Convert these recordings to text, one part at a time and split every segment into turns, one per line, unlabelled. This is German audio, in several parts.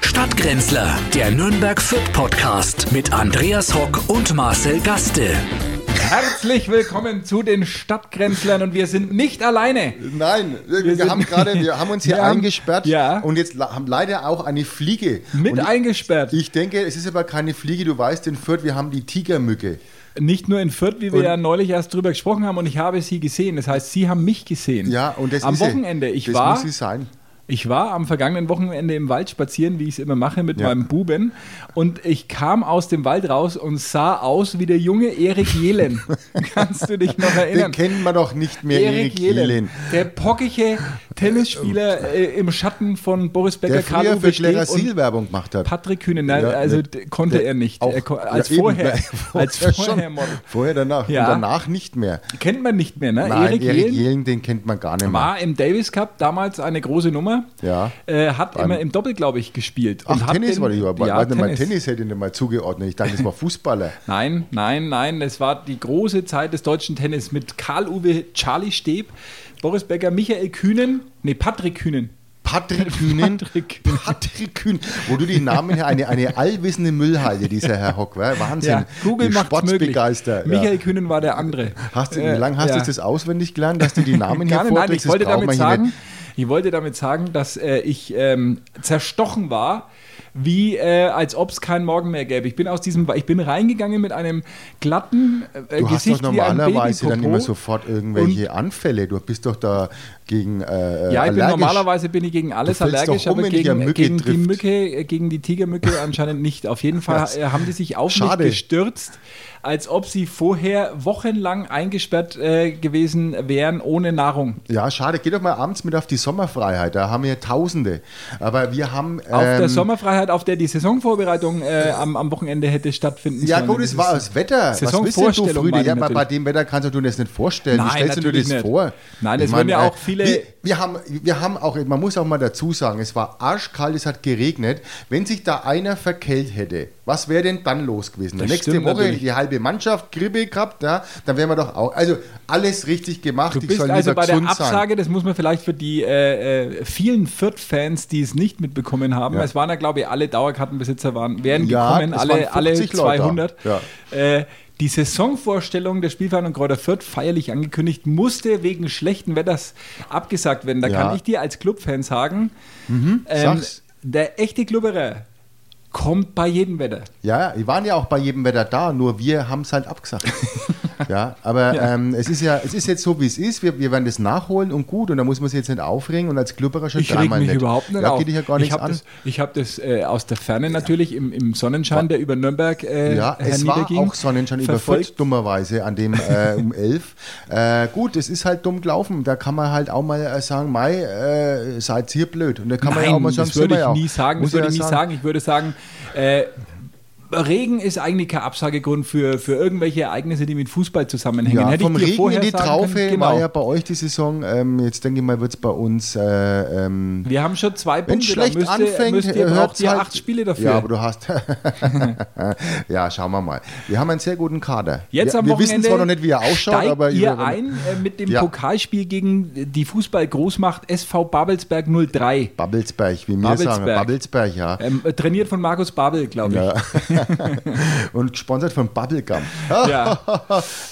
Stadtgrenzler, der Nürnberg Fit Podcast mit Andreas Hock und Marcel Gaste.
Herzlich willkommen zu den Stadtgrenzlern und wir sind nicht alleine.
Nein, wir,
sind-
haben gerade, wir haben uns hier
Wir haben-
eingesperrt
ja.
und jetzt la- haben leider auch eine Fliege.
Mit
und
eingesperrt.
ich denke, es ist aber keine Fliege, du weißt, in Fürth, wir haben die Tigermücke.
Nicht nur in Fürth, wie wir ja neulich erst drüber gesprochen haben, und ich habe sie gesehen. Das heißt, sie haben mich gesehen.
Ja, und das
am
ist sie.
Wochenende. Ich
das
war,
muss sie sein.
ich war am vergangenen Wochenende im Wald spazieren, wie ich es immer mache mit
Ja.
meinem Buben. Und ich kam aus dem Wald raus und sah aus wie der junge Erik Jelen. Kannst du dich noch
Den
erinnern?
kennen wir doch nicht mehr,
Erik
Erik Jelen.
Jelen, der pockige Tennisspieler äh, im Schatten von Boris Becker,
Der früher für
Uwe Steep
Klerasil Werbung gemacht hat.
Patrick Kühne, nein,
Ja,
also
ne,
d- konnte
der
er nicht.
auch-
er, ko-
ja,
als
eben,
vorher,
weil-
als
vorher
vorher
schon.
Model.
Vorher, danach.
Ja.
Und danach nicht mehr.
Kennt man nicht mehr, ne?
Nein,
Erik
Erik,
Jelen
Jelen, den kennt man gar nicht mehr.
war im Davis Cup damals eine große Nummer.
Ja.
Äh, hat
Beim-
immer im Doppel, glaube ich, gespielt.
Ach,
hat
Tennis
den-
war ich aber.
ja,
warte mal,
Tennis.
Tennis hätte ich nicht mal zugeordnet. Ich dachte, das war Fußballer.
Nein, nein, nein. Es war die große Zeit des deutschen Tennis mit Karl-Uwe, Charlie Steb, Boris Becker, Michael Kühnen, nee, Patrick Kühnen.
Patrick Kühnen.
Patrick.
Patrick Kühn, wo du die Namen her, eine, eine allwissende Müllhalde, dieser Herr Hock, wa? Wahnsinn.
Ja, Google
Die
macht möglich.
Sportsbegeister.
Michael
ja.
Kühnen war der andere.
hast du,
Äh,
wie lange hast
ja.
du das auswendig gelernt, dass du die Namen hier
Gar nicht, Äh, nein,
vorträgst?
ich wollte
das braucht
damit
man hier
sagen,
nicht.
ich wollte damit sagen, dass äh, ich ähm, zerstochen war, wie äh, als ob es keinen Morgen mehr gäbe. Ich bin aus diesem, ich bin reingegangen mit einem glatten äh,
Du hast
Gesicht
doch
wie ein
normalerweise dann
Babypopo.
immer sofort irgendwelche Anfälle. Du bist doch da gegen äh,
Ja, ich bin
allergisch.
normalerweise bin ich gegen alles
Du fällst
allergisch,
doch um,
aber
wenn dich
gegen,
eine Mücke
gegen die
trifft.
Mücke, äh, gegen die Tigermücke anscheinend nicht. Auf jeden Fall
Das-
äh, haben die sich auf
Schade.
mich gestürzt, als ob sie vorher wochenlang eingesperrt äh, gewesen wären ohne Nahrung.
Ja, schade. Geh doch mal abends mit auf die Sommerfreiheit. Da haben wir Tausende. Aber wir haben.
Auf der
ähm,
Sommerfreiheit, auf der die Saisonvorbereitung äh, am, am Wochenende hätte stattfinden
Ja,
sollen.
gut, es war das Wetter. Was bist denn du
Saisonvorstellung
früh?
war die
Ja, aber bei
natürlich.
dem Wetter kannst du dir das nicht vorstellen.
Nein,
Wie stellst du dir
natürlich
das
nicht.
vor?
Nein,
Ich
es wurden ja
meine,
auch viele-
Wir, wir, haben, wir haben auch, man muss auch mal dazu sagen, es war arschkalt, es hat geregnet. Wenn sich da einer verkält hätte, was wäre denn dann los gewesen?
Das
Nächste
stimmt
Woche
natürlich.
die halbe Mannschaft Grippe gehabt, ja, dann wären wir doch auch. Also alles richtig gemacht.
Du bist also bei der Absage, das muss man vielleicht für die äh, äh, vielen Fürth-Fans, die es nicht mitbekommen haben,
Ja.
es waren ja, glaube ich, alle Dauerkartenbesitzer waren, wären
Ja,
gekommen,
es
alle,
waren
alle
50 Leute da.
200. Äh, die Saisonvorstellung der Spielvereinigung Kräuter Fürth feierlich angekündigt, musste wegen schlechten Wetters abgesagt werden. Da
Ja. Mhm.
kann ich dir als Clubfan sagen, ähm,
sag's.
der echte Klubberer kommt bei jedem Wetter.
Ja, die waren ja auch bei jedem Wetter da, nur wir haben es halt abgesagt. ja, aber
Ja.
Ähm, es ist ja, es ist jetzt so, wie es ist. Wir, wir werden das nachholen und gut und da muss man sich jetzt nicht aufregen und als Klubberer schon
Ich reg mich überhaupt nicht
ja,
auf.
Geht dich ja gar
ich
nichts
habe
an.
das, ich hab das äh, aus der Ferne natürlich im, im Sonnenschein, der über Nürnberg äh,
ja, es war
herniederging,
auch Sonnenschein
verfolgt.
überfolgt, dummerweise, an dem äh, um 11. Äh, gut, es ist halt dumm gelaufen. Da kann man halt auch mal äh, sagen, Mai, äh, seid ihr blöd. Und da kann man ja auch
Nein,
mal sagen,
das würde
sind wir
ich
ja auch.
nie sagen.
Muss
Das würde
ja
ich nie sagen. Ich würde sagen, äh, Regen ist eigentlich kein Absagegrund für, für irgendwelche Ereignisse, die mit Fußball zusammenhängen.
Ja,
Hätte
vom
ich dir
Regen in
vorher
die
sagen
Traufe
können,
war
genau.
ja bei euch die Saison. Ähm, jetzt denke ich mal, wird es bei uns. Äh, ähm,
Wir haben schon zwei
Wenn
Punkte.
schlecht
müsst ihr,
anfängt,
müsst ihr, braucht
hört's
ihr
halt.
acht Spiele dafür.
Ja, aber du hast. ja, schauen wir mal. Wir haben einen sehr guten Kader.
Jetzt
wir,
am
wir
Wochenende
wissen zwar noch nicht, wie er ausschaut,
steigt
aber
ihr
über-
ein äh, mit dem
Ja.
Pokalspiel gegen äh, die Fußballgroßmacht SV Babelsberg 03.
Babelsberg, wie wir
Babelsberg.
sagen, Babelsberg, ja.
Ähm, äh, trainiert von Markus Babel, glaube ich.
Und gesponsert von Bubblegum.
Ja.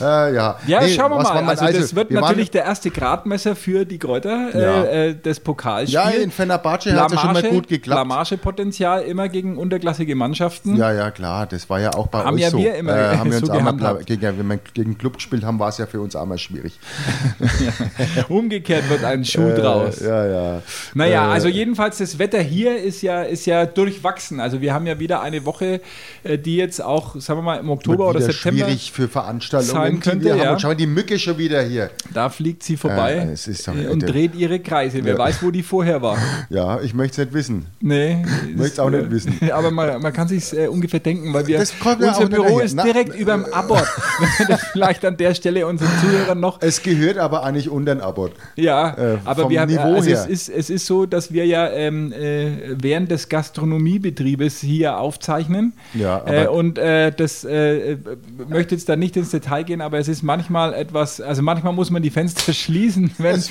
äh, ja,
Ja,
Nee,
schauen wir
was
mal.
war
Also, das wird
wir
natürlich
waren,
der erste Gradmesser für die Kräuter,
Ja.
äh, äh, das Pokalspiel.
Ja, in Fenerbahce hat es ja schon mal gut geklappt.
Blamagepotenzial immer gegen unterklassige Mannschaften.
Ja, ja, klar, das war ja auch bei
Haben
euch
ja
so.
wir immer
äh, haben wir
so
uns auch mal,
gehandhabt.
gegen, wenn wir gegen den Club gespielt haben, war es ja für uns auch mal schwierig.
Umgekehrt wird ein Schuh draus.
Äh, ja, ja. Äh.
Naja, also jedenfalls das Wetter hier ist ja, ist ja durchwachsen. Also wir haben ja wieder eine Woche, äh, die jetzt auch, sagen wir mal, im Oktober
Wird
oder
wieder
September,
schwierig für
sein
Veranstaltungen.
könnte,
wir haben
ja.
und schau mal, die Mücke schon wieder hier.
da fliegt sie vorbei
Äh, es ist doch-
äh, und dreht ihre Kreise. Wer
Ja.
weiß, wo die vorher war.
Ja, ich möchte es nicht wissen.
Nee. äh,
Möcht's auch nicht wissen.
Aber man, man kann sich äh, ungefähr denken, weil wir,
Das kommt ja
unser
auch nicht
Büro
daher.
ist
Na-
direkt überm Abort. Vielleicht an der Stelle unseren Zuhörern noch.
Es gehört aber eigentlich unter den Abort.
Ja,
Äh,
aber
vom
wir haben,
Niveau
also es,
her.
ist, es ist so, dass wir ja ähm, äh, während des Gastronomiebetriebes hier aufzeichnen.
Ja. Ja, aber-
äh, und äh, das äh, äh, möchte jetzt da nicht ins Detail gehen, aber es ist manchmal etwas, also manchmal muss man die Fenster schließen, wenn,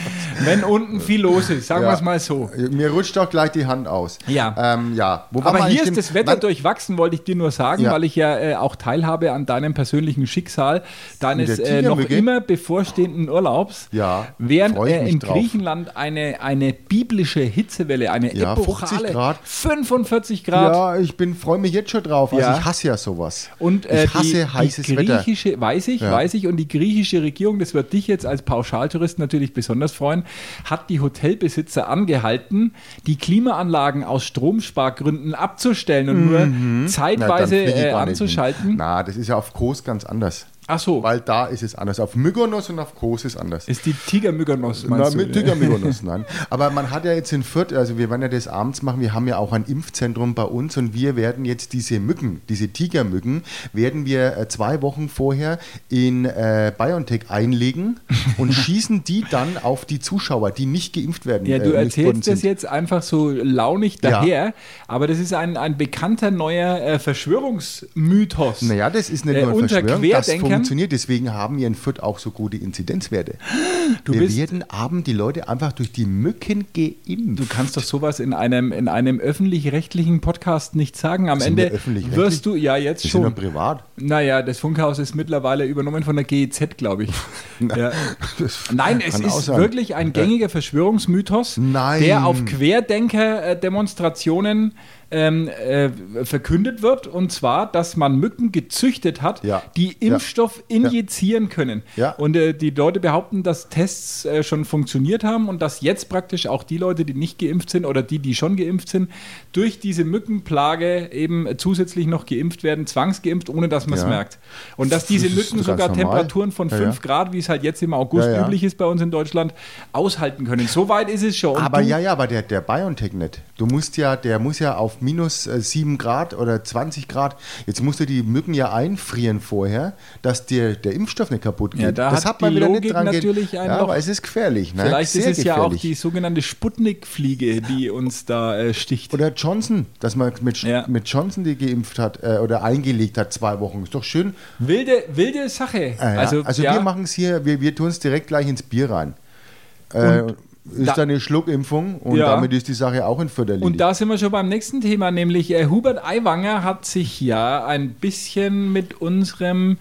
wenn unten viel los ist, sagen wir es mal so.
Mir rutscht auch gleich die Hand aus.
Ja.
Ähm, ja. Wo waren wir
Aber hier
eigentlich
ist
im-
das Wetter
Nein,
durchwachsen, wollte ich dir nur sagen,
Ja.
weil ich ja äh, auch teilhabe an deinem persönlichen Schicksal deines
der
äh, noch
Tigermücke?
immer bevorstehenden Urlaubs.
Ja,
während
freu ich
äh,
mich
in
drauf.
Griechenland eine, eine biblische Hitzewelle, eine
Ja, 50
epochale
Grad.
45 Grad
Ja, ich bin freue mich jetzt schon drauf. Also
Ja.
ich hasse ja sowas.
und äh,
ich hasse
die,
heißes
die
Wetter.
griechische, weiß ich,
Ja.
weiß ich, und die griechische Regierung, das wird dich jetzt als Pauschaltourist natürlich besonders freuen, hat die Hotelbesitzer angehalten, die Klimaanlagen aus Stromspargründen abzustellen und nur
Mhm. Na, dann
zeitweise
flieg ich
äh,
gar nicht hin.
anzuschalten.
Na, das ist ja auf Kos ganz anders.
Ach so,
Weil da ist es anders. Auf Mykonos und auf Kos ist anders.
ist die Tigermykonos,
Na,
meinst du?
mit Digga Mykonos, nein. Aber man hat ja jetzt in Fürth, also wir werden ja das abends machen, wir haben ja auch ein Impfzentrum bei uns und wir werden jetzt diese Mücken, diese Tigermücken, werden wir äh, zwei Wochen vorher in äh, BioNTech einlegen und schießen die dann auf die Zuschauer, die nicht geimpft werden.
Ja,
äh,
du
nicht worden
erzählst das
sind.
jetzt einfach so launig
Ja.
daher, aber das ist ein, ein bekannter neuer äh, Verschwörungsmythos.
Naja, das ist nicht
Äh,
nur eine
unter
Verschwörung, das
Querdenkern-
funktioniert. Deswegen haben wir in Fürth auch so gute Inzidenzwerte.
Du
wir
bist-
werden abend die Leute einfach durch die Mücken geimpft.
Du kannst doch sowas in einem, in einem öffentlich-rechtlichen Podcast nicht sagen. Am
Sind wir
Ende
öffentlich-rechtlich?
wirst du, ja, jetzt
das ist ja
schon.
nur privat.
Naja, das Funkhaus ist mittlerweile übernommen von der GEZ, glaube ich. ja.
Das
Nein, es
kann auch
ist
sein.
wirklich ein gängiger Verschwörungsmythos,
Nein.
der auf Querdenker-Demonstrationen ähm, äh, verkündet wird. Und zwar, dass man Mücken gezüchtet hat,
Ja.
die
Ja.
Impfstoff injizieren können.
Ja.
Und äh, die Leute behaupten, dass Tests äh, schon funktioniert haben und dass jetzt praktisch auch die Leute, die nicht geimpft sind oder die, die schon geimpft sind, durch diese Mückenplage eben zusätzlich noch geimpft werden, zwangsgeimpft, ohne dass man es
Ja.
merkt. Und dass diese
Das ist
Mücken
ganz
sogar
normal.
Temperaturen von
Ja,
5
ja.
Grad, wie es halt jetzt im August
Ja, ja.
üblich ist bei uns in Deutschland, aushalten können. So weit ist es schon. Und
Aber
du-
ja, ja, aber der, der BioNTech nicht. Du musst ja, der muss ja auf minus äh, 7 Grad oder 20 Grad, jetzt musst du die Mücken ja einfrieren vorher, dass dir der Impfstoff nicht kaputt geht.
Ja, da
das
hat die Logik
ge-
natürlich ein
ja,
Loch.
aber es ist gefährlich. Ne?
Vielleicht ist
Sehr
es ja auch
gefährlich.
die sogenannte Sputnik-Fliege, die uns da äh, sticht.
Oder Johnson, dass man mit,
Ja.
mit Johnson die geimpft hat äh, oder eingelegt hat, zwei Wochen. Ist doch schön.
Wilde, wilde Sache.
Ah, ja.
Also, ja,
wir machen es hier, wir, wir tun es direkt gleich ins Bier rein. Äh, ist
da-
dann eine Schluckimpfung und
Ja.
damit ist die Sache auch in Förderlich.
Und da sind wir schon beim nächsten Thema, nämlich äh, Hubert Aiwanger hat sich ja ein bisschen mit unserem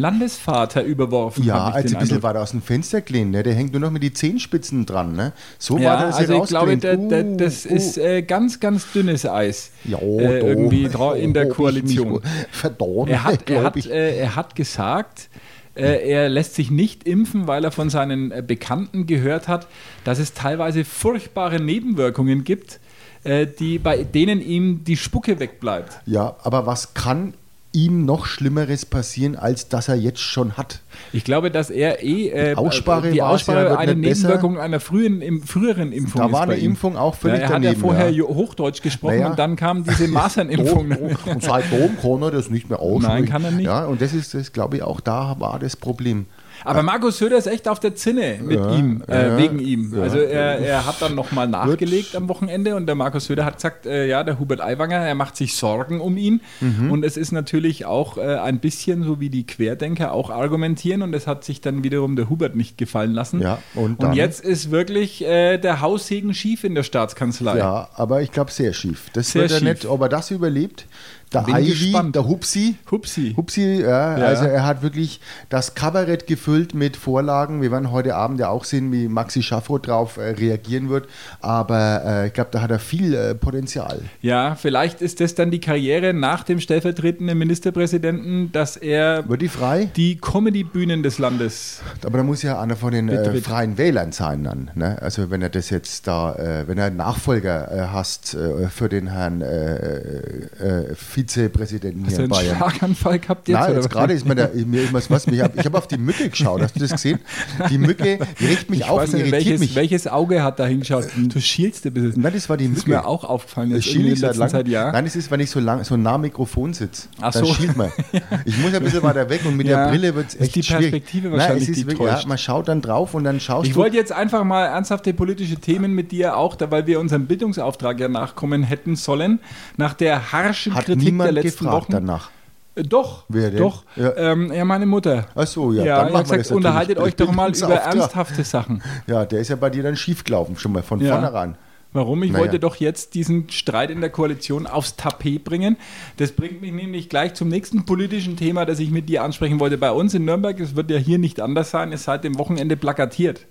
Landesvater überworfen.
Ja,
hab ich
als
den
ein bisschen
Eindruck.
weiter aus dem Fenster gelehnt, ne? der hängt nur noch mit die Zehenspitzen dran. Ne? So
ja,
war das
also ich glaube, da,
rausgelehnt.
da, das
Uh,
ist
uh.
äh, ganz, ganz dünnes Eis
ja,
äh,
da
irgendwie dra- in der
hab ich
Koalition.
mich Verdorben,
Er hat, er
glaub
hat,
ich.
äh, er hat gesagt, äh, er lässt sich nicht impfen, weil er von seinen äh, Bekannten gehört hat, dass es teilweise furchtbare Nebenwirkungen gibt, äh, die, bei denen ihm die Spucke wegbleibt.
ja, aber was kann ihm noch Schlimmeres passieren, als dass er jetzt schon hat?
Ich glaube, dass er eh äh,
Die Aussprache
die
war's ja,
Aussprache
wird
eine
nicht besser.
Nebenwirkung einer frühen, im, früheren Impfung
Da
ist
war eine
bei ihm.
Impfung auch völlig
ja, er hat
daneben,
ja vorher
ja.
Jo- Hochdeutsch gesprochen
Naja.
und dann kam diese Masernimpfung.
Dom- Und seitdem kann er das nicht mehr aussprechen.
Nein, kann er nicht.
Ja, und das ist, das glaube ich, auch da war das Problem.
Aber Markus Söder ist echt auf der Zinne mit
Ja,
ihm, äh,
ja,
wegen ihm.
ja.
Also er, er hat dann nochmal nachgelegt am Wochenende und der Markus Söder hat gesagt, äh, ja, der Hubert Aiwanger, er macht sich Sorgen um ihn.
Mhm.
Und es ist natürlich auch äh, ein bisschen so, wie die Querdenker auch argumentieren und das hat sich dann wiederum der Hubert nicht gefallen lassen.
Ja, und dann-
jetzt ist wirklich äh, der Haussegen schief in der Staatskanzlei.
Ja, aber ich glaube, sehr schief. Das
Ah, Sehr
wird er
schief.
nicht, ob er das überlebt. Der
Bin
Ivy,
gespannt.
der Hupsi,
Hupsi.
Hupsi, ja,
Ja.
also er hat wirklich das Kabarett gefüllt mit Vorlagen. Wir werden heute Abend ja auch sehen, wie Maxi Schaffroth drauf äh, reagieren wird. Aber äh, ich glaube, da hat er viel äh, Potenzial.
Ja, vielleicht ist das dann die Karriere nach dem stellvertretenden Ministerpräsidenten, dass er
Wird die frei?
die Comedy-Bühnen des Landes
Aber da muss ja einer von den äh,
Betritt.
freien Wählern sein dann. Ne? Also wenn er das jetzt da, äh, wenn er einen Nachfolger äh, hast äh, für den Herrn äh, äh, Vizepräsidenten
Hast
hier
du
in
einen
Bayern.
Schlaganfall gehabt jetzt?
Nein,
oder
jetzt
was?
gerade ist mir da, mir ist was, was ich habe ich hab auf die Mücke geschaut. Hast du das gesehen? Die Mücke die regt mich
ich
auf,
weiß
und
nicht,
irritiert
welches,
mich. Äh,
welches Auge hat da hingeschaut? Du schielst ein bisschen.
Nein, das war die Mücke.
ist mir auch aufgefallen.
Das
jetzt irgendwie
schiel ich
in
seit
letzter
lang.
Zeit, ja.
Nein, es ist, wenn ich so lang, so nah am Mikrofon sitze.
Ach
dann
so.
schielt man. Ich muss ein bisschen weiter weg und mit
Ja.
der Brille wird es
Ist
echt
die
schwierig.
Perspektive
Nein,
wahrscheinlich,
es
die
ist wirklich, ja,
täuscht.
Man schaut dann drauf und dann schaust
ich
du.
wollte jetzt einfach mal ernsthafte politische Themen mit dir auch, da, weil wir unserem Bildungsauftrag ja nachkommen hätten sollen, nach der harschen
Hat
Kritik Politik der
niemand
letzten
gefragt
Wochen.
danach.
Äh, Doch,
Wer denn?
doch.
Ja.
Ja. Ähm, ja, meine Mutter.
Ach so, ja,
ja
dann
ich
machen
hab
wir das
gesagt,
natürlich.
unterhaltet euch doch mal über
Bildungsauftrag.
ernsthafte Sachen.
Ja, der ist ja bei dir dann schiefgelaufen, schon mal von
Ja.
vornherein.
Warum? Ich
Naja.
wollte doch jetzt diesen Streit in der Koalition aufs Tapet bringen. Das bringt mich nämlich gleich zum nächsten politischen Thema, das ich mit dir ansprechen wollte. Bei uns in Nürnberg, es wird ja hier nicht anders sein, ist seit dem Wochenende plakatiert.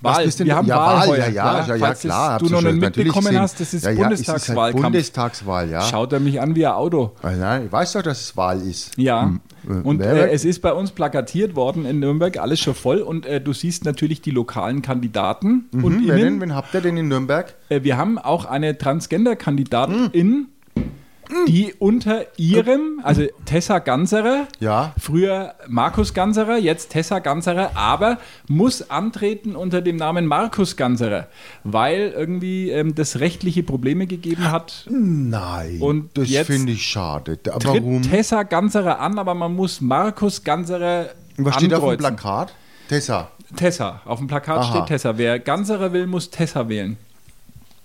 Was
Wahl.
ist denn-
wir haben
ja,
Wahl,
Wahl,
heuer,
ja, ja, ja, ja
falls es
klar.
du
hab's
noch
schon-
nicht
natürlich
mitbekommen
gesehen.
hast, das ist
ja, ja, es ist halt
Bundestagswahlkampf.
Bundestagswahl, ja.
Schaut er mich an wie ein Auto.
Also, nein, ich weiß doch, dass es Wahl ist.
Ja,
äh,
und äh,
wer-
es ist bei uns plakatiert worden in Nürnberg, alles schon voll. Und äh, du siehst natürlich die lokalen Kandidaten. und
Hm, wer denn?
innen,
Wen habt ihr denn in Nürnberg?
äh, wir haben auch eine
Hm.
Transgender-Kandidatin, die unter ihrem, also Tessa Ganserer,
Ja.
früher Markus Ganserer, jetzt Tessa Ganserer, aber muss antreten unter dem Namen Markus Ganserer, weil irgendwie ähm, das rechtliche Probleme gegeben hat.
Nein,
Und
das
jetzt
finde ich schade. Da-
Tritt
Warum?
Tessa Ganserer an, aber man muss Markus Ganserer
Was steht auf dem
ankreuzen.
Plakat? Tessa.
Tessa. Auf dem Plakat
Aha.
steht Tessa. Wer Ganserer will, muss Tessa wählen.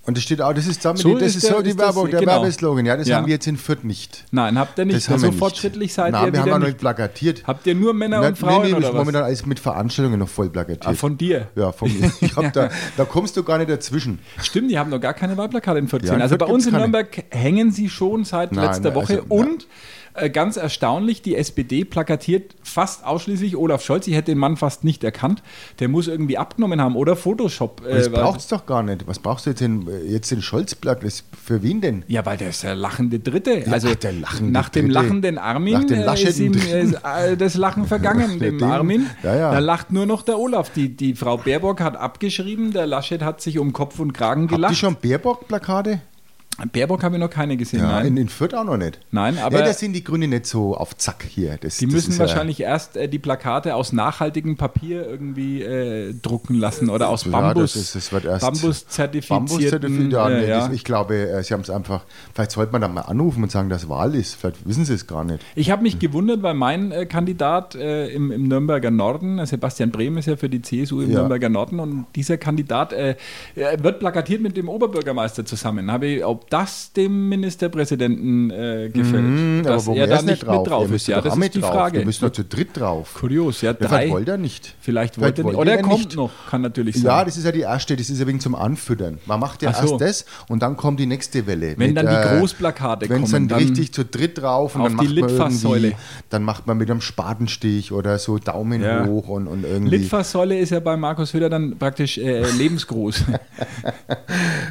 Und das steht auch, das ist, damit,
So
das
ist
ist
der-
so die
ist das-
Werbung, der
genau.
Werbeslogan. Ja, das
Ja.
haben wir jetzt in Fürth nicht.
Nein, habt ihr nicht.
Das haben
so
wir nicht.
fortschrittlich seid
Nein,
ihr
wir haben
wieder
auch noch nicht
nicht.
plakatiert.
Habt ihr nur Männer
Na,
und Frauen
nee, nee,
oder
ist
was?
momentan alles mit Veranstaltungen noch voll plakatiert.
Ah, von dir.
ja, von mir. Ich hab da, da kommst du gar nicht dazwischen.
Stimmt, die haben noch gar keine Wahlplakate in 14.
Ja, in
also bei
Fürth
uns in
gibt's keine.
Nürnberg hängen sie schon seit
Nein,
letzter Woche.
also, ja.
und äh, ganz erstaunlich, die SPD plakatiert fast ausschließlich Olaf Scholz. Ich hätte den Mann fast nicht erkannt. Der muss irgendwie abgenommen haben oder Photoshop.
Das
äh, weil-
braucht's doch gar nicht. Was brauchst du jetzt den, jetzt den Scholz-Plakat? Das- Für wen denn?
Ja, weil der ist der lachende Dritte.
Ja,
also
ach, der lachende
nach dem
Dritte.
lachenden Armin
Nach dem
äh, ist
lachenden
ihm
Dritten.
äh, das Lachen vergangen, dem
Dem-
Armin.
ja, ja.
Da lacht nur noch der Olaf. Die, die Frau Baerbock hat abgeschrieben, der Laschet hat sich um Kopf und Kragen
Habt ihr
gelacht.
schon Baerbock-Plakate?
Baerbock habe ich noch keine gesehen,
Ja,
nein.
in, in Fürth auch noch nicht.
Nein, aber-
Ja, da sind die Grünen nicht so auf Zack hier. Das,
Die
das
müssen
ist ja-
wahrscheinlich erst äh, die Plakate aus nachhaltigem Papier irgendwie äh, drucken lassen oder aus
Ja,
Bambus.
das ist- das wird erst-
Bambus-zertifizierten.
Bambus-Zertifikat, ja,
äh,
nee,
ja.
Das, ich glaube, äh, sie haben es einfach, vielleicht sollte man da mal anrufen und sagen, dass Wahl ist. Vielleicht wissen sie es gar nicht.
Ich habe mich gewundert, weil mein äh, Kandidat äh, im, im Nürnberger Norden, äh, Sebastian Brehm ist ja für die CSU im
Ja.
Nürnberger Norden und dieser Kandidat äh, äh, wird plakatiert mit dem Oberbürgermeister zusammen. Habe ich, ob das dem Ministerpräsidenten äh, gefällt,
Mhm, Hm,
dass er da
ist
nicht mit drauf
Ihr
ist.
müsst
Ja,
doch
das
auch
ist
mit
die
drauf.
Frage.
Wir müssen doch zu dritt drauf.
Kurios, ja,
Ja,
drei.
vielleicht wollte er nicht.
Vielleicht wollte er nicht.
wollte
Oder er kommt
nicht.
noch, kann natürlich sein.
Ja, das ist ja die erste, das ist ja wegen zum Anfüttern. Man macht ja
Ach so.
erst das und dann kommt die nächste Welle.
Wenn dann die
äh,
Großplakate
wenn's
kommen,
dann
dann
richtig zu dritt drauf und
auf
dann
die
macht man
Litfaßsäule.
irgendwie, dann macht man mit einem Spatenstich oder so Daumen
Ja.
hoch und, und irgendwie.
Litfaßsäule ist ja bei Markus Höder dann praktisch äh, lebensgroß.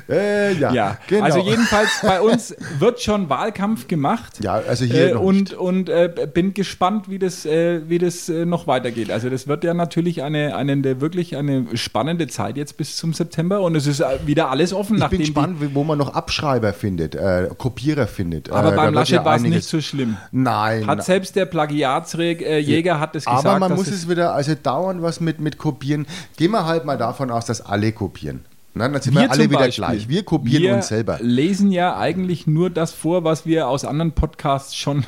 Äh, ja,
Ja,
genau.
also jedenfalls bei uns wird schon Wahlkampf gemacht.
Ja, also hier
äh,
noch
und und äh, bin gespannt, wie das, äh, wie das äh, noch weitergeht. Also das wird ja natürlich eine, eine, eine wirklich eine spannende Zeit jetzt bis zum September und es ist äh, wieder alles offen.
ich bin
die-
gespannt, wie- wo man noch Abschreiber findet, äh, Kopierer findet.
aber
äh, da
beim
wird
Laschet
ja
war es
einiges-
nicht so schlimm.
Nein.
Hat selbst der Plagiatsjäger äh, Jäger hat es gesagt.
aber man
dass
muss es wieder, also dauernd was mit, mit kopieren. Gehen wir halt mal davon aus, dass alle kopieren. Na, dann sind wir, alle
zum
wieder
Beispiel,
gleich. Wir kopieren
wir
uns selber.
lesen ja eigentlich nur das vor, was wir aus anderen Podcasts schon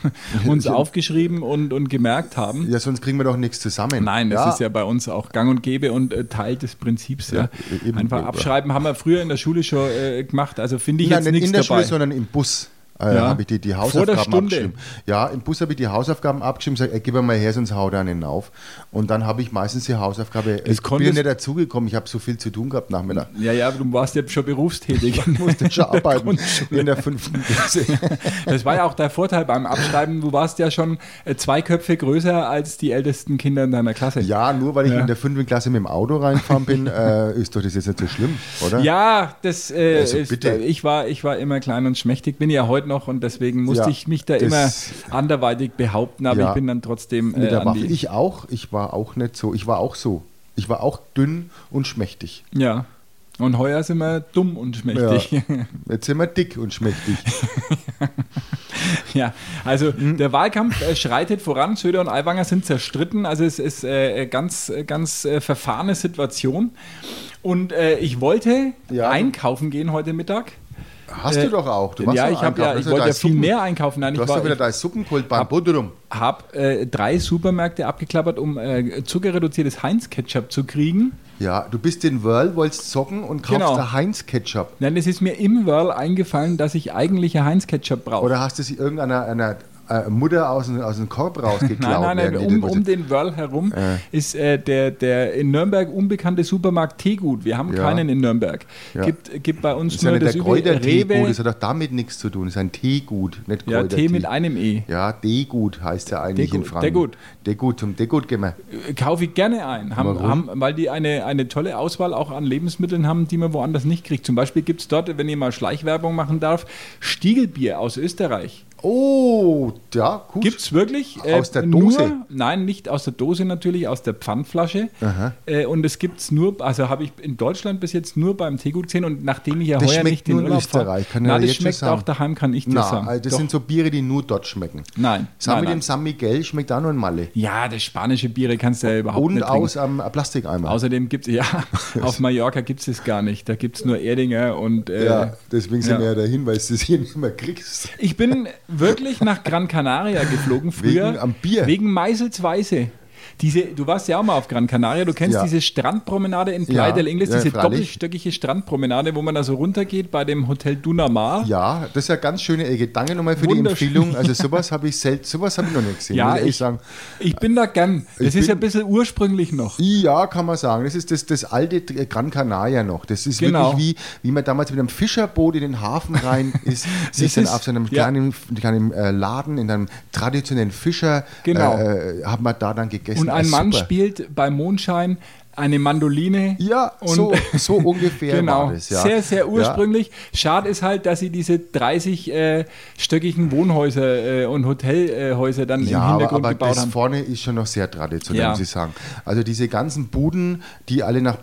uns aufgeschrieben und, und gemerkt haben.
Ja, sonst kriegen wir doch nichts zusammen.
Nein, das
ja,
ist ja bei uns auch gang und gäbe und äh, Teil des Prinzips. Ja.
Ja, e-, eben.
Einfach abschreiben haben wir früher in der Schule schon äh, gemacht. Also finde ich
Nein,
jetzt
nicht
nichts
in der
dabei.
Schule, sondern im Bus. Äh,
Ja.
habe ich die, die
Vor
Hausaufgaben
der Stunde.
abgeschrieben. Ja, im Bus habe ich die Hausaufgaben abgeschrieben, sage, gib mir mal her, sonst haut er einen auf. Und dann habe ich meistens die Hausaufgabe, ich bin ja
konntest-
nicht dazugekommen, ich habe so viel zu tun gehabt Nachmittag.
ja, ja, aber du warst ja schon berufstätig.
Musste schon arbeiten
Grundschule.
in der fünften Klasse.
Das war ja auch der Vorteil beim Abschreiben. Du warst ja schon äh, zwei Köpfe größer als die ältesten Kinder in deiner Klasse.
Ja, nur weil ich in der fünften Klasse mit dem Auto reingefahren bin, äh, ist doch das jetzt nicht so schlimm, oder?
Ja, das äh,
Also
ist,
bitte.
ich war ich war immer klein und schmächtig, bin ja heute noch und deswegen musste
Ja,
ich mich da immer
das-
anderweitig behaupten, aber
Ja.
ich bin dann trotzdem
Mit
äh,
der
an
Waffe.
die,
Ich auch. Ich war auch nicht so. Ich war auch so. Ich war auch dünn und schmächtig.
ja. Und heuer sind wir dumm und schmächtig.
Ja. Jetzt sind wir dick und schmächtig.
Ja, also
Mhm.
der Wahlkampf äh, schreitet voran. Söder und Aiwanger sind zerstritten. Also es ist äh, ganz, äh, ganz äh, verfahrene Situation. Und äh, ich wollte
Ja.
einkaufen gehen heute Mittag.
Hast
Äh,
du doch auch. Du
ja,
doch
ich hab
einkaufen.
ja, ich
Du hast doch
wollte
deine
ja viel
Suppen-
mehr einkaufen. Nein,
Du
ich
hast doch
war,
wieder
ich
dein Suppenkult beim Bodrum.
habe äh, drei Supermärkte abgeklappert, um äh, zuckerreduziertes Heinz-Ketchup zu kriegen.
Ja, du bist in Whirl, wolltest zocken und kaufst
Genau.
da Heinz-Ketchup.
Nein, es ist mir im Whirl eingefallen, dass ich eigentlich ein Heinz-Ketchup brauche.
Oder hast du sie irgendeiner einer, äh, Mutter aus, dem- aus dem Korb rausgeklaut?
Nein, nein,
während
nein,
die
um,
das-
um den Wörl herum ist äh, der, der in Nürnberg unbekannte Supermarkt Teegut. Wir haben
Ja.
keinen in Nürnberg.
Ja.
Gibt, gibt bei uns
das ist ja
nur
nicht
das
der
übliche
Kräuterteegut,
Rewe.
das hat doch damit nichts zu tun. Das ist ein Teegut, nicht
Ja,
Kräutertee.
Tee mit einem E.
Ja, Degut heißt ja eigentlich
Degut,
in Franken.
Degut.
Degut, zum Degut gehen wir.
Äh, Kaufe ich gerne ein, haben,
Warum?
haben, weil die eine, eine tolle Auswahl auch an Lebensmitteln haben, die man woanders nicht kriegt. Zum Beispiel gibt es dort, wenn ich mal Schleichwerbung machen darf, Stiegelbier aus Österreich.
Oh, ja, gut.
Gibt's wirklich? äh,
Aus der Dose?
Nur, nein, nicht aus der Dose natürlich, aus der Pfandflasche. Äh, und es gibt's nur, also habe ich in Deutschland bis jetzt nur beim Teegut gesehen und nachdem ich ja
Das
heuer
schmeckt
nicht in
nur in
Urlaub
Österreich,
Kann
kann
na,
ich ja
das
jetzt schon
schmeckt
sagen.
auch daheim, kann ich dir
Na,
sagen.
also das
Doch.
sind so Biere, die nur dort schmecken.
Nein,
San
nein,
mit dem
nein.
San Miguel schmeckt auch nur in Malle.
ja, das spanische Biere kannst du ja überhaupt
Und
nicht trinken.
aus am äh, Plastikeimer.
Außerdem gibt es, ja, auf Mallorca gibt es das gar nicht. Da gibt es nur Erdinger und. Äh,
ja, deswegen sind
ja.
wir ja der Hinweis, dass du hier nicht mehr kriegst.
Ich bin wirklich nach Gran Canaria geflogen früher.
Wegen am Bier.
Wegen Meisels Weiße. Diese, du warst ja auch mal auf Gran Canaria, du kennst
Ja.
diese Strandpromenade in
Ja,
Playa del Ingles,
ja,
diese
freilich.
doppelstöckige Strandpromenade, wo man da so runtergeht bei dem Hotel Dunamar.
Ja, das ist ja ganz schöne Ecke. Danke nochmal für die
Wunderschön.
Empfehlung. Also sowas habe ich selten, sowas habe ich noch nicht gesehen, muss ich ehrlich sagen.
ich bin da gern. Das
Ich
ist ja
bin-
ein bisschen ursprünglich noch.
Ja, kann man sagen. Das ist das, das alte äh, Gran Canaria noch. Das ist
Genau.
wirklich wie, wie man damals mit einem Fischerboot in den Hafen rein ist, sich
Das
dann
ist-
auf so einem
ja.
kleinen, kleinen äh, Laden, in einem traditionellen Fischer,
Genau.
äh, hat man da dann gegessen.
Und ein
Ah,
Mann
super.
spielt bei Mondschein eine Mandoline.
Ja,
und
so, so ungefähr
Genau,
war das. Ja.
sehr, sehr
Ja.
ursprünglich. Schade ist halt, dass sie diese 30-stöckigen Wohnhäuser äh, und Hotelhäuser dann im
Ja, aber,
Hintergrund
aber
gebaut
das
haben.
vorne ist schon noch sehr traditionell,
Ja.
muss ich sagen. Also diese ganzen Buden, die alle nach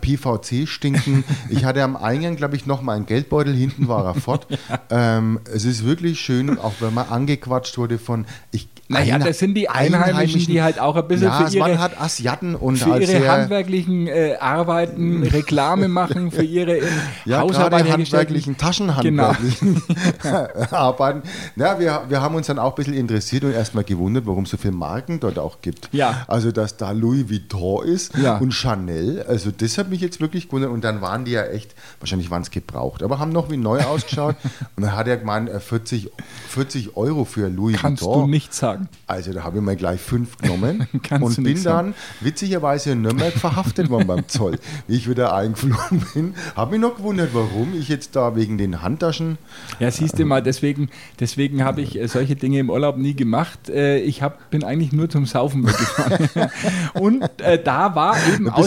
PVC stinken. ich hatte am Eingang, glaube ich, noch mal einen Geldbeutel, hinten war er fort. ähm, es ist wirklich schön, auch wenn man angequatscht wurde von... Ich,
Naja,
Einhe-
das sind die Einheimischen, die halt auch ein bisschen
ja,
für ihre-
man hat Asiaten und
Für
halt
ihre
sehr-
handwerklichen äh, Arbeiten Reklame machen, für ihre in
Ja, gerade
Hausarbeit
handwerklichen,
hergestellten- genau,
taschenhandwerklichen Arbeiten. Na, wir, wir haben uns dann auch ein bisschen interessiert und erstmal gewundert, warum es so viele Marken dort auch gibt.
Ja.
Also, dass da Louis Vuitton ist
Ja.
und Chanel. Also, das hat mich jetzt wirklich gewundert. Und dann waren die ja echt, wahrscheinlich waren es gebraucht, aber haben noch wie neu ausgeschaut. und dann hat er gemeint, äh, 40, 40 Euro für Louis
Kannst
Vuitton.
du nicht sagen.
Also da habe ich mir gleich fünf genommen
Kannst
und
du
bin
nix sagen.
dann witzigerweise in Nürnberg verhaftet worden beim Zoll. Wie ich wieder eingeflogen bin, habe mich noch gewundert, warum ich jetzt da wegen den Handtaschen.
Ja, siehst du mal, deswegen, deswegen habe ich äh, solche Dinge im Urlaub nie gemacht. Äh, Ich hab, bin eigentlich nur zum Saufen weggefahren. Und äh, da war eben
bist dort schon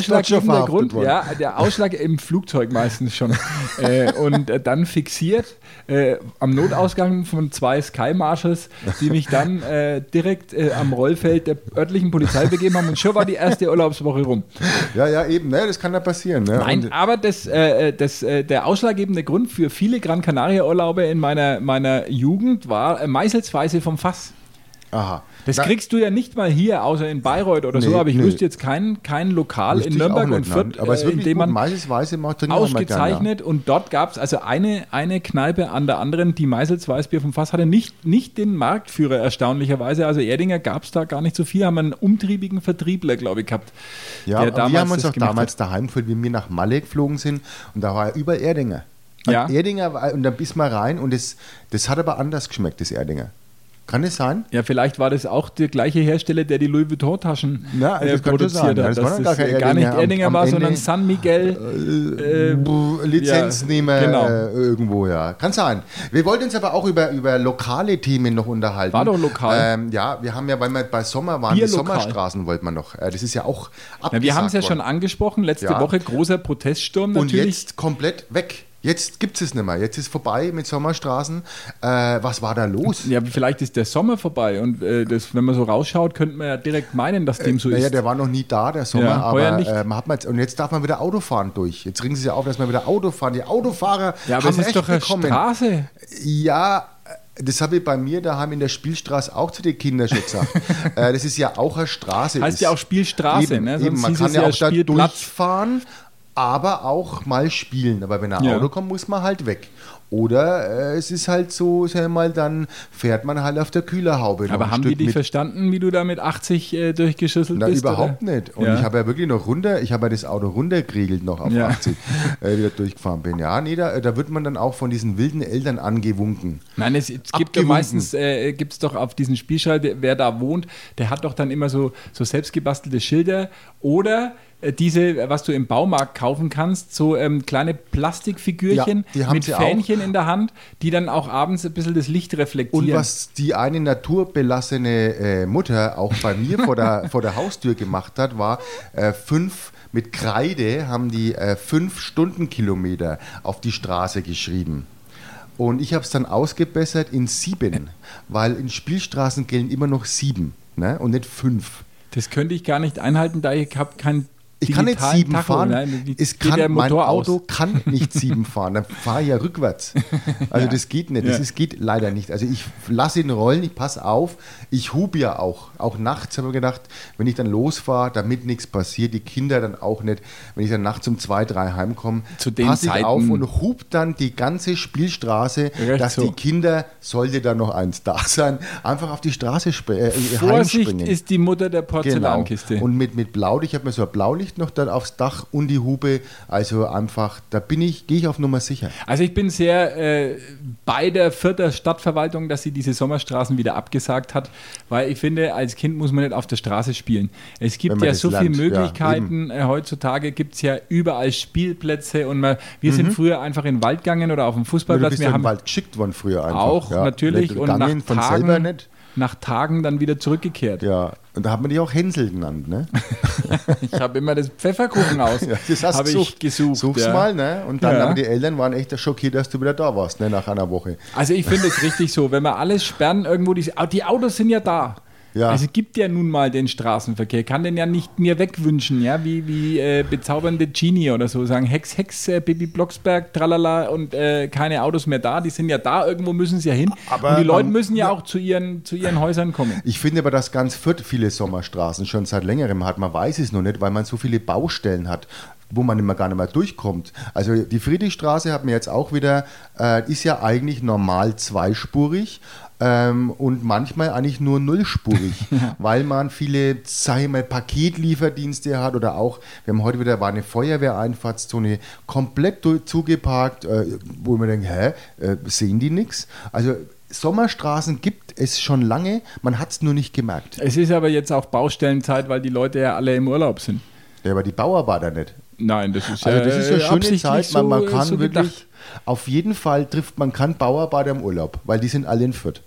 ausschlaggebender
verhaftet
Grund,
worden.
ja, der Ausschlag im Flugzeug meistens schon. Äh, Und äh, dann fixiert äh, am Notausgang von zwei Sky Marshals, die mich dann äh, direkt äh, am Rollfeld der örtlichen Polizei begeben haben. Und schon war die erste Urlaubswoche rum.
Ja, ja, eben, ne, das kann ja passieren. Ne?
Nein,
und,
aber das, äh, das, äh, der ausschlaggebende Grund für viele Gran Canaria-Urlaube in meiner, meiner Jugend war äh, Meißelsweise vom Fass.
aha.
Das
Na,
kriegst du ja nicht mal hier, außer in Bayreuth oder
Nee,
so, aber ich
nee.
wüsste jetzt kein, kein Lokal
wüsste
in
ich
Nürnberg
auch
und
nicht, nein.
Fürth,
Aber es
äh,
ist
in
wirklich
dem
gut.
man
Meistensweise macht drin
ausgezeichnet und dort gab es also eine, eine Kneipe an der anderen, die Meißels Weißbier vom Fass hatte, nicht, nicht den Marktführer erstaunlicherweise, also Erdinger gab es da gar nicht so viel, haben einen umtriebigen Vertriebler, glaube ich, gehabt.
Ja,
der
aber wir haben uns
das
auch
gemacht hat.
damals daheim gefühlt, wie wir nach Malle geflogen sind und da war ja überall Erdinger. Und
Ja.
Erdinger war, und dann bist du mal rein und das, das hat aber anders geschmeckt, das Erdinger. Kann es sein?
Ja, vielleicht war das auch der gleiche Hersteller, der die Louis Vuitton-Taschen
Na, also
äh,
das kann schon
produziert
sein.
hat.
Ja, das
Dass
war
das
dann gar kein
äh, gar nicht
Erdinger am-
Erdinger
am
war,
Ende.
sondern San Miguel. äh,
Buh, Lizenznehmer
ja, genau.
äh, irgendwo, ja. Kann sein. Wir wollten uns aber auch über, über lokale Themen noch unterhalten.
War doch lokal.
Ähm, ja, wir haben ja, weil wir bei Sommer waren, die
Bierlokal.
Sommerstraßen wollten wir noch. Äh, das ist ja auch abgesagt
Na, wir haben es ja schon
worden.
angesprochen, letzte
Ja.
Woche großer Proteststurm
Und
natürlich.
jetzt komplett weg. Jetzt gibt es es nicht mehr. Jetzt ist vorbei mit Sommerstraßen. Äh, was war da los?
ja, vielleicht ist der Sommer vorbei und äh, das, wenn man so rausschaut, könnte man ja direkt meinen, dass dem so
Naja,
ist.
Äh, der war noch nie da, der Sommer,
Ja, heuer
aber
nicht.
äh, man hat man jetzt, und jetzt darf man wieder Autofahren durch. Jetzt ringen sie ja auf, dass man wieder Autofahren. Die Autofahrer
ja, aber
haben
es ist
recht
doch eine
bekommen.
Straße.
Ja, äh, das habe ich bei mir daheim in der Spielstraße auch zu den Kindern schon gesagt. äh, das ist ja auch eine Straße.
Heißt
ist.
ja auch Spielstraße,
eben,
ne?
eben,
Sonst
man
hieß
kann
es
ja
ja
auch da
Spielplatz.
durchfahren, aber auch mal spielen. Aber wenn ein
Ja.
Auto kommt, muss man halt weg. Oder äh, es ist halt so, sag ich mal, dann fährt man halt auf der Kühlerhaube. noch
Aber
ein
haben die
Stück
dich
mit.
verstanden, wie du da mit 80 äh, durchgeschüsselt
Na,
bist?
überhaupt
oder?
nicht. Und
Ja.
ich habe ja wirklich noch runter, ich habe ja das Auto runtergeriegelt noch auf
Ja.
80, äh, wieder durchgefahren bin. Ja, nee, da, da wird man dann auch von diesen wilden Eltern angewunken.
Nein, es, es gibt doch
Abgewunken.
meistens, äh, gibt es doch auf diesen Spielschalter, wer da wohnt, der hat doch dann immer so, so selbstgebastelte Schilder oder äh, diese, äh, was du im Baumarkt kaufen kannst, so ähm, kleine Plastikfigürchen
Ja, die haben
mit
sie auch.
Fähnchen in der Hand, die dann auch abends ein bisschen das Licht reflektieren.
Und was die eine naturbelassene äh, Mutter auch bei mir vor der, vor der Haustür gemacht hat, war äh, fünf mit Kreide haben die äh, fünf Stundenkilometer auf die Straße geschrieben. Und ich habe es dann ausgebessert in sieben, weil in Spielstraßen gelten immer noch sieben ne? und nicht fünf.
Das könnte ich gar nicht einhalten, da ich habe kein
Ich kann nicht sieben fahren.
Nein,
es
es geht
kann,
der
mein
Motor
Auto
aus.
kann nicht sieben fahren. Dann fahre ich ja rückwärts. Also das geht nicht. Das
Ja.
ist, geht leider nicht. Also ich lasse ihn rollen, ich passe auf. Ich hub ja auch. Auch nachts habe ich gedacht, wenn ich dann losfahre, damit nichts passiert, die Kinder dann auch nicht. Wenn ich dann nachts um zwei, drei heimkomme,
Zu den
passe ich
Zeiten.
auf und hub dann die ganze Spielstraße,
Recht
dass
so.
die Kinder, sollte da noch eins da sein, einfach auf die Straße sp- äh,
Vorsicht
heimspringen.
ist die Mutter der
Genau.
Porzellankiste.
Und mit, mit Blaulicht, ich habe mir so ein Blaulicht noch dann aufs Dach und die Hupe. Also einfach, da bin ich, gehe ich auf Nummer sicher.
Also ich bin sehr äh, bei der vierter Stadtverwaltung, dass sie diese Sommerstraßen wieder abgesagt hat, weil ich finde, als Kind muss man nicht auf der Straße spielen. Es
Wenn
gibt
man
ja
das
so viele
lernt, ja,
Möglichkeiten. äh, heutzutage gibt es ja überall Spielplätze und man, wir sind früher einfach in den Wald gegangen oder auf dem
du
Fußballplatz.
Mhm. bist
Wir
ja im
haben
Wald geschickt worden früher einfach.
auch
ja.
natürlich
Nicht
und nach
gegangen, von selber
Tagen,
nicht.
nach Tagen dann wieder zurückgekehrt.
Ja, und da hat man dich auch Hänsel genannt, ne?
Ich habe immer das Pfefferkuchen aus.
Ja, das hast
habe ich gesucht.
Such's
ja.
mal, ne? Und dann
Ja.
haben die Eltern waren echt schockiert, dass du wieder da warst, ne? Nach einer Woche.
Also ich finde es richtig so, wenn wir alles sperren irgendwo, die, au- die Autos sind ja da.
Ja.
Also gibt ja nun mal den Straßenverkehr, kann den ja nicht mir wegwünschen, ja, wie, wie äh, bezaubernde Genie oder so sagen, Hex, Hex, äh, Bibi Blocksberg, tralala und äh, keine Autos mehr da, die sind ja da, irgendwo müssen sie ja hin.
Aber
und die Leute
man-
müssen ja auch zu ihren, zu ihren Häusern kommen.
Ich finde aber, dass ganz Fürth viele Sommerstraßen schon seit längerem hat. Man weiß es nur nicht, weil man so viele Baustellen hat, wo man immer gar nicht mehr durchkommt. Also die Friedrichstraße hat mir jetzt auch wieder, äh, ist ja eigentlich normal zweispurig. Ähm, und manchmal eigentlich nur nullspurig, weil man viele, sag ich mal, Paketlieferdienste hat oder auch, wir haben heute wieder war eine Feuerwehreinfahrtszone komplett durch, zugeparkt, äh, wo man denkt, hä, äh, sehen die nichts? Also Sommerstraßen gibt es schon lange, man hat es nur nicht gemerkt.
Es ist aber jetzt auch Baustellenzeit, weil die Leute ja alle im Urlaub sind.
Ja, aber die Bauer war da nicht.
Nein, das ist
Also das ist ja
äh,
schöne
absichtlich
Zeit, man, man
äh,
kann
gedacht.
wirklich, auf jeden Fall trifft man kann Bauarbeiter im Urlaub, weil die sind alle in Fürth.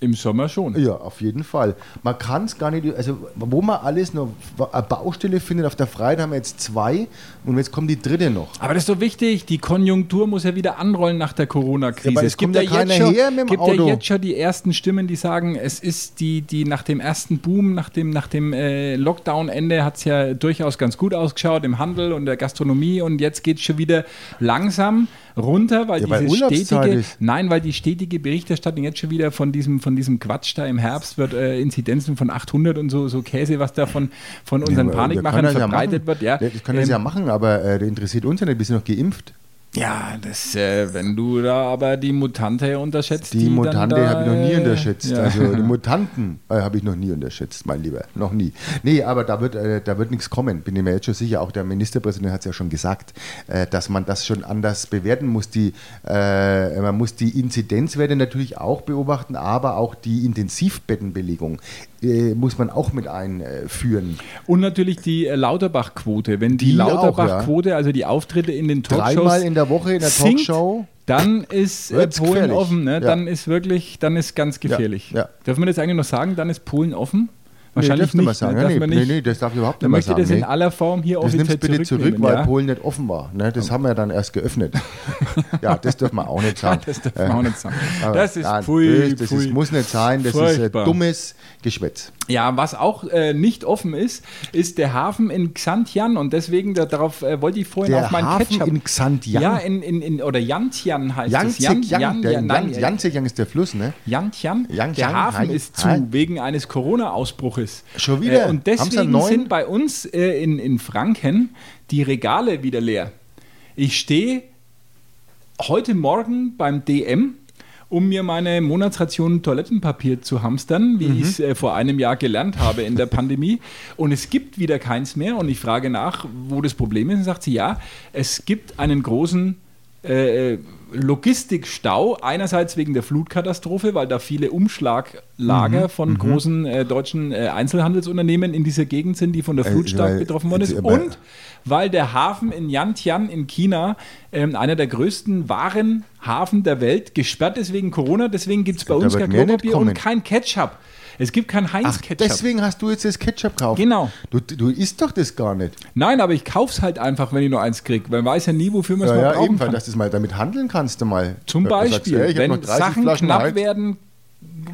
Im Sommer schon.
Ja, auf jeden Fall. Man kann es gar nicht, also wo man alles noch, eine Baustelle findet, auf der Freien haben wir jetzt zwei und jetzt kommt die dritte noch.
Aber das ist doch wichtig, die Konjunktur muss ja wieder anrollen nach der
Ja,
Corona-Krise.
aber es kommt ja
jetzt
keiner
schon,
her mit dem
gibt
Auto.
ja jetzt schon die ersten Stimmen, die sagen, es ist die, die nach dem ersten Boom, nach dem, nach dem äh, Lockdown-Ende hat es ja durchaus ganz gut ausgeschaut im Handel und der Gastronomie und jetzt geht es schon wieder langsam runter, weil
Ja, weil
diese
Urlaubszeit
stetige,
ist.
nein, weil die stetige Berichterstattung jetzt schon wieder von diesem, von diesem Quatsch da im Herbst wird äh, Inzidenzen von 800 und so, so Käse, was da von, von unseren
Ja,
Panikmachern
wir können das ja
verbreitet
machen.
wird. Ja,
Ich kann das
Ähm,
ja machen, aber äh, das interessiert uns ja nicht, wir sind noch geimpft.
ja, das, äh, wenn du da aber die Mutante unterschätzt.
Die,
dann
Mutante
da,
habe ich noch nie
äh,
unterschätzt.
Ja.
Also die Mutanten äh, habe ich noch nie unterschätzt, mein Lieber. Noch nie. Nee, aber da wird, äh, da wird nichts kommen, bin ich mir jetzt schon sicher. Auch der Ministerpräsident hat es ja schon gesagt, äh, dass man das schon anders bewerten muss. Die, äh, man muss die Inzidenzwerte natürlich auch beobachten, aber auch die Intensivbettenbelegung äh, muss man auch mit einführen.
Und natürlich die äh, Lauterbach-Quote. Wenn die,
Die auch,
Lauterbach-Quote, also die Auftritte in den Talkshows,
Dreimal in der Woche in der
sinkt,
Talkshow.
dann ist äh,
Wird's
Polen
gefährlich.
offen. Ne?
Ja.
Dann ist wirklich, dann ist ganz gefährlich.
ja.
Dürfen wir das eigentlich noch sagen? Dann ist Polen offen? Wahrscheinlich
dürfte man
nicht.
sagen,
ne?
ja,
Darf
nee,
man
nee,
nicht.
nee, das darf ich überhaupt
Dann
nicht
möchte
mehr
ich das
sagen,
in
nee.
aller Form hier
Das
offiziell
nimmst bitte zurück,
zurücknehmen,
weil
ja?
Polen nicht offen war. Ne? Das haben wir ja dann erst geöffnet. ja, das dürfen wir auch nicht sagen.
Das dürfen wir auch nicht sagen.
Aber
Das ist
nein,
pfui,
das, das
pfui.
Ist, muss nicht sein, das ist äh,
Furchtbar.
dummes Geschwätz.
Ja, was auch äh, nicht offen ist, ist der Hafen in Xantian und deswegen da, darauf äh, wollte ich vorhin
Der
auf meinen
Hafen
Ketchup.
in Xantian?
Ja, in, in, in oder Yantian heißt es.
Yangtze
Yan-
Yang, der
Yan- nein,
Yang- Yangtze Yang ist der Fluss, ne?
Yantian.
Yantian,
Der Hafen
hi,
ist zu
hi.
wegen eines Corona-Ausbruches.
Schon wieder?
Äh, und
Haben's einen
deswegen
neuen?
sind bei uns äh, in, in Franken die Regale wieder leer. Ich stehe heute Morgen beim DM um mir meine Monatsration Toilettenpapier zu hamstern,
Mhm.
wie ich es äh, vor einem Jahr gelernt habe in der Pandemie. Und es gibt wieder keins mehr. Und ich frage nach, wo das Problem ist. Und sagt sie, ja, es gibt einen großen äh, Logistikstau. Einerseits wegen der Flutkatastrophe, weil da viele
Mhm.
Umschlaglager von großen äh, deutschen äh, Einzelhandelsunternehmen in dieser Gegend sind, die von der
Äh,
Flut stark
weil-
betroffen worden ist.
aber-
Und weil der Hafen in Yantian in China, ähm, einer der größten Warenhafen der Welt, gesperrt ist wegen Corona. Deswegen gibt es bei
Da
uns
wird
kein
mehr nicht
Klopapier
kommen.
und kein Ketchup. Es gibt kein
Ach,
Heinz-Ketchup.
deswegen hast du jetzt das Ketchup gekauft.
Genau.
Du, du isst doch das gar nicht.
Nein, aber ich kauf's halt einfach, wenn ich nur eins krieg. Man weiß ja nie, wofür man es
Ja,
mal
ja,
brauchen
eben, weil
kann.
dass das mal damit handeln kannst du mal.
Zum
Da sagst du,
Beispiel,
ey, ich hab noch
wenn
30
Sachen
Flaschen
knapp
Heinz.
werden,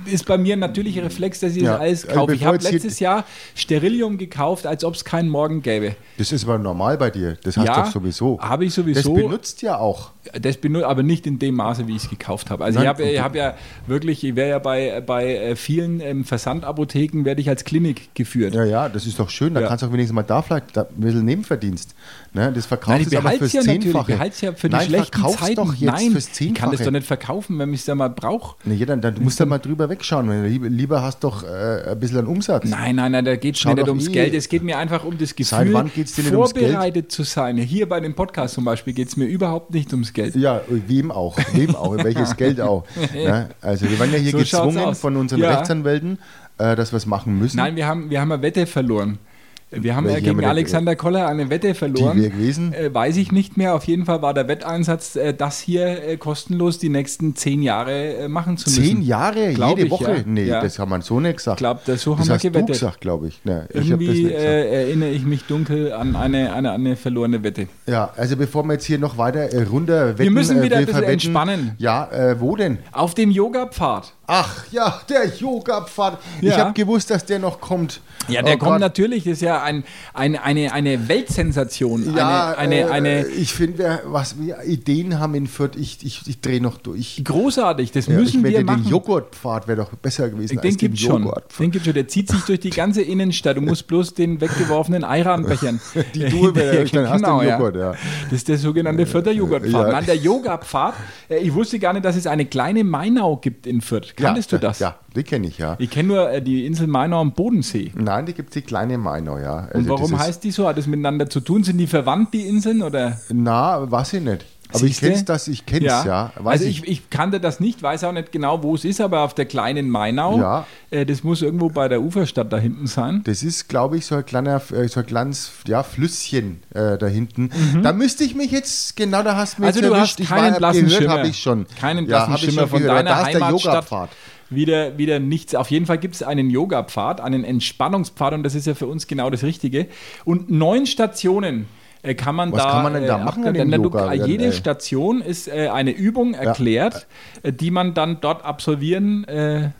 ist bei mir natürlich ein Reflex, dass ich
Ja,
das alles
also
kaufe. Ich
bevor
habe
jetzt hier-
letztes Jahr Sterilium gekauft, als ob es keinen Morgen gäbe.
Das ist aber normal bei dir. Das hast du
Ja,
doch sowieso.
hab ich sowieso.
Das benutzt ja auch.
Das benutze aber nicht in dem Maße, wie ich es gekauft habe. Also
Nein,
ich habe
okay.
ich hab ja wirklich, ich wäre ja bei, bei äh, vielen ähm, Versandapotheken, werde ich als Klinik geführt.
Ja, ja, das ist doch schön. Da
Ja.
kannst du auch wenigstens mal da vielleicht da ein bisschen Nebenverdienst. Ne? Das
Nein,
verkaufst
ich
du aber
behalte
fürs
es ja natürlich, ich
Zehnfache.
behalte es ja für die
Nein,
schlechten
verkauf's
Zeiten.
doch jetzt
Nein,
fürs Zehnfache.
ich kann das doch nicht verkaufen, wenn ich es ja mal brauche.
Nee, ja, dann, dann musst du mal drüber wegschauen. Wenn du Lieber, lieber hast doch äh, ein bisschen einen Umsatz.
Nein, nein, nein, da geht es
Schau
nicht
doch
ums
eh.
Geld. Es geht mir einfach um das Gefühl,
Seit wann geht's dir nicht ums Geld?
vorbereitet zu sein. Hier bei dem Podcast zum Beispiel geht es mir überhaupt nicht ums Geld.
Ja, wem auch, wem auch, welches Geld auch. Ne? Also wir waren ja hier
So schaut's
gezwungen
aus.
von unseren
Ja.
Rechtsanwälten, äh, dass wir es machen müssen.
Nein, wir haben, wir haben eine Wette verloren. Wir haben ja
Welche haben
gegen
wir denn
Alexander Koller eine Wette verloren.
Die wir gewesen?
Äh, weiß ich nicht mehr. Auf jeden Fall war der Wetteinsatz, äh, das hier äh, kostenlos die nächsten zehn Jahre äh, machen zu müssen.
Zehn Jahre,
Glaub
jede
ich,
Woche?
ja.
Nee,
Ja.
das haben wir so nicht gesagt.
Glaub, das- so haben
das
wir
hast du
gewettet.
gesagt, glaube ich. Ne, ich hab das
Irgendwie
nicht gesagt.
äh, erinnere ich mich dunkel an eine, eine, eine verlorene Wette.
Ja, also bevor wir jetzt hier noch weiter äh, runter wetten,
müssen wieder
äh,
ein bisschen
verwetten.
entspannen.
Ja, äh, wo denn?
Auf dem Yoga-Pfad.
Ach ja, der Yoga-Pfad. Ich
Ja.
habe gewusst, dass der noch kommt.
Ja, der
Oh
kommt
Gott.
natürlich, das ist ja ein, ein, eine, eine Weltsensation.
Ja,
eine, eine,
äh,
eine
ich finde, wer- was wir Ideen haben in Fürth, ich, ich, ich drehe noch durch.
großartig, das
Ja,
müssen
ich wette,
wir machen.
den Joghurtpfad wäre doch besser gewesen
den gibt's schon.
Joghurtpfad.
Den gibt's schon. Der zieht sich durch die ganze Innenstadt. Du musst bloß den weggeworfenen Ayran-Bechern.
Die Tour wäre- dann hast du den Joghurt, ja.
Das ist der sogenannte Fürther Joghurtpfad.
Ja.
Nein, der Yoga-Pfad. äh, Ich wusste gar nicht, dass es eine kleine Mainau gibt in Fürth. Kanntest
ja,
du das?
Ja, die kenne ich, ja.
Ich kenne nur äh, die Insel Mainau am Bodensee.
Nein, die gibt es die kleine Mainau, ja. Also
Und warum
das ist-
heißt die so? Hat das miteinander zu tun? Sind die verwandt, die Inseln? Oder?
Na, weiß ich nicht. Aber ich
Siehste?
kenn's das, ich kenn's, ja. Weiß
also ich, ich kannte das nicht, weiß auch nicht genau, wo es ist, aber auf der kleinen Mainau,
Ja.
äh, das muss irgendwo bei der Uferstadt da hinten sein.
Das ist, glaube ich, so ein kleiner, äh, so ein kleines ja, Flüsschen äh, da hinten. Da müsste ich mich jetzt, genau da hast du mich
Mhm. Also
jetzt
du hast
Ich
keinen
war-
blassen
gehört,
Schimmer.
hab ich schon.
Keinen blassen
hab ich
Schimmer
schon
von
gehört.
deiner
Da ist der
Heimatstadt.
Yoga-Pfad.
Wieder, wieder nichts. Auf jeden Fall gibt es einen Yoga-Pfad, einen Entspannungspfad und das ist ja für uns genau das Richtige. Und neun Stationen äh, kann man
Was
da.
kann man denn da machen an dem
na, du-
Yoga?
Jede
Äh,
Station ist äh, eine Übung erklärt, äh, die man dann dort absolvieren äh,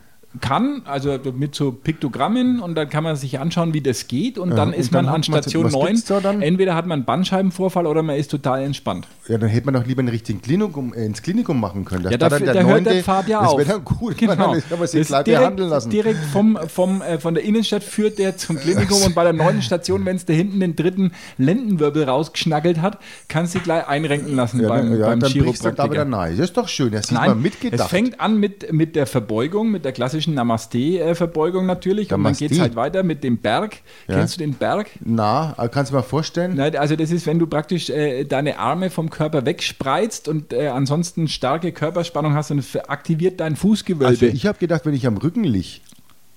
kann, also mit so Piktogrammen und dann kann man sich anschauen, wie das geht und dann
und
ist
dann
man an
hat man-
Station
was gibt's da
9,
dann?
entweder hat man Bandscheibenvorfall oder man ist total entspannt.
Ja, dann hätte man doch lieber einen richtigen Klinikum, äh, ins Klinikum machen können. Das
Ja,
war
da,
dann
da hört der
neunte.
Pfad ja
das
auf.
Das wäre dann gut, genau. dann ist- kann man sich
Das
gleich
ist direkt,
behandeln lassen.
Direkt vom, vom, äh, von der Innenstadt führt der zum Klinikum und bei der neunten Station, wenn es da hinten den dritten Lendenwirbel rausgeschnackelt hat, kannst du gleich einrenken lassen
ja,
beim,
dann, ja,
beim
dann brichst du da wieder
Chiropraktiker.
nein. Das ist doch schön, das ist mal
Nein, es
mitgedacht.
fängt an mit, mit der Verbeugung, mit der klassischen Namaste-Verbeugung natürlich. Und dann
Namaste.
geht es halt weiter mit dem Berg.
Ja.
Kennst du den Berg?
Na, kannst du mir vorstellen?
Nein, also das ist, wenn du praktisch äh, deine Arme vom Körper wegspreizt und äh, ansonsten starke Körperspannung hast und ver- aktiviert dein Fußgewölbe.
Also ich habe gedacht, wenn ich am Rücken lieg,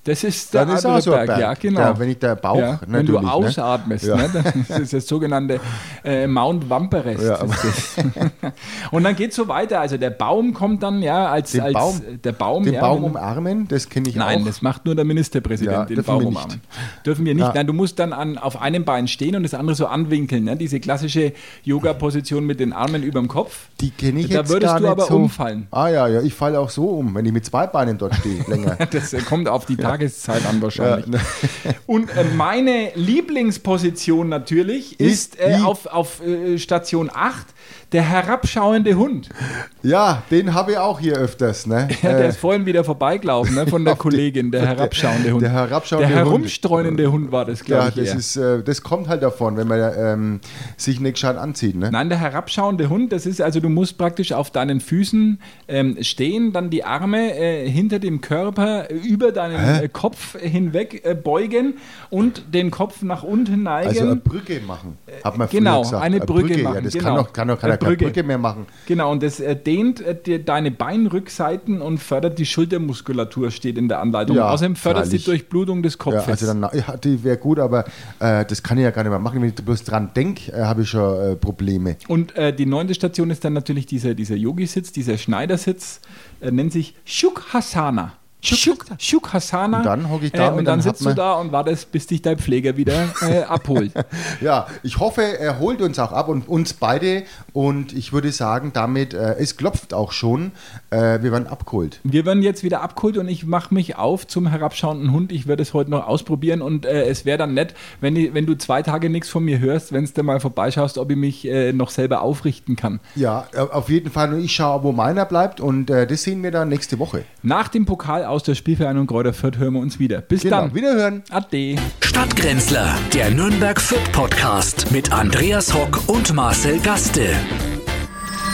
Das ist der
dann ist auch
andere
so
Berg,
ein Berg.
ja, genau.
Da, wenn ich der Bauch,
ja, wenn du
natürlich, ne?
ausatmest,
Ja.
ne? das ist das sogenannte äh, Mount Wamperest.
Ja, aber-
ist das. Und dann geht es so weiter. Also der Baum kommt dann, ja, als,
Den
als
Baum?
äh, der Baum.
den
ja,
Baum um
wenn-
umarmen, das kenne ich
Nein,
auch.
das macht nur der Ministerpräsident,
Ja,
den
dürfen
Baum
wir nicht.
umarmen. Dürfen wir nicht.
Ja.
Nein, du musst dann an, auf einem Bein stehen und das andere so anwinkeln. Ne? Diese klassische Yoga-Position mit den Armen überm Kopf.
die kenne ich
Da
jetzt
würdest
gar
du
nicht
aber
so.
umfallen.
Ah ja, ne. ja, ich falle auch so um, wenn ich mit zwei Beinen dort stehe, länger.
Das äh, kommt auf die Tageszeit an wahrscheinlich. Und äh, meine Lieblingsposition natürlich ist,
Ist
äh,
die-
auf, auf äh, Station 8 der herabschauende Hund.
Ja, den habe ich auch hier öfters. Ne?
Ja,
Äh,
der ist vorhin wieder vorbeigelaufen ne, von der Kollegin, der herabschauende Hund.
der herabschauende
Der
Hund.
herumstreunende Hund war das, glaube
ja,
ich.
das,
eher.
ist, äh, das kommt halt davon, wenn man ähm, sich nicht gescheit anzieht. Ne?
Nein, der herabschauende Hund, das ist also, du musst praktisch auf deinen Füßen ähm, stehen, dann die Arme äh, hinter dem Körper äh, über deinen äh, Kopf hinweg äh, beugen und den Kopf nach unten neigen.
Also eine Brücke machen, hat man
Genau,
früher gesagt.
eine Brücke
Ja,
machen,
das
genau.
kann doch, kann doch keiner
Eine
Brücke.
Brücke.
keine Brücke mehr machen.
Genau, und das äh, dehnt äh, dir deine Beinrückseiten und fördert die Schultermuskulatur, steht in der Anleitung.
Ja,
Außerdem fördert es die
freilich.
Durchblutung des
Ja,
Kopfes.
also dann, ja, die wäre gut, aber äh, das kann ich ja gar nicht mehr machen. Wenn ich bloß dran denke, äh, habe ich schon äh, Probleme.
Und äh, die neunte Station ist dann natürlich dieser, dieser Yogi-Sitz, dieser Schneidersitz, äh, nennt sich Shukhasana. Shuk, Shukhasana.
Und dann hock ich da
äh, und
mit
dann
einem
sitzt du
Happen.
da und wartest, bis dich dein Pfleger wieder äh, abholt.
Ja, ich hoffe, er holt uns auch ab und uns beide. Und ich würde sagen, damit, äh, es klopft auch schon. Äh, wir werden abgeholt.
Wir werden jetzt wieder abgeholt und ich mache mich auf zum herabschauenden Hund. Ich werde es heute noch ausprobieren und äh, es wäre dann nett, wenn, die, wenn du zwei Tage nichts von mir hörst, wenn es dann mal vorbeischaust, ob ich mich äh, noch selber aufrichten kann.
Ja, äh, auf jeden Fall. Und ich schaue, wo meiner bleibt. Und äh, das sehen wir dann nächste Woche.
Nach dem Pokal aus der Spielvereinigung Kräuter Fürth hören wir uns wieder. Bis
Genau.
dann.
Wiederhören.
Ade.
Stadtgrenzler, der Nürnberg Fit Podcast mit Andreas Hock und Marcel Gaste.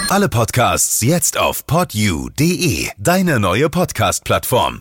Alle Podcasts jetzt auf podyou.de, deine neue Podcast-Plattform.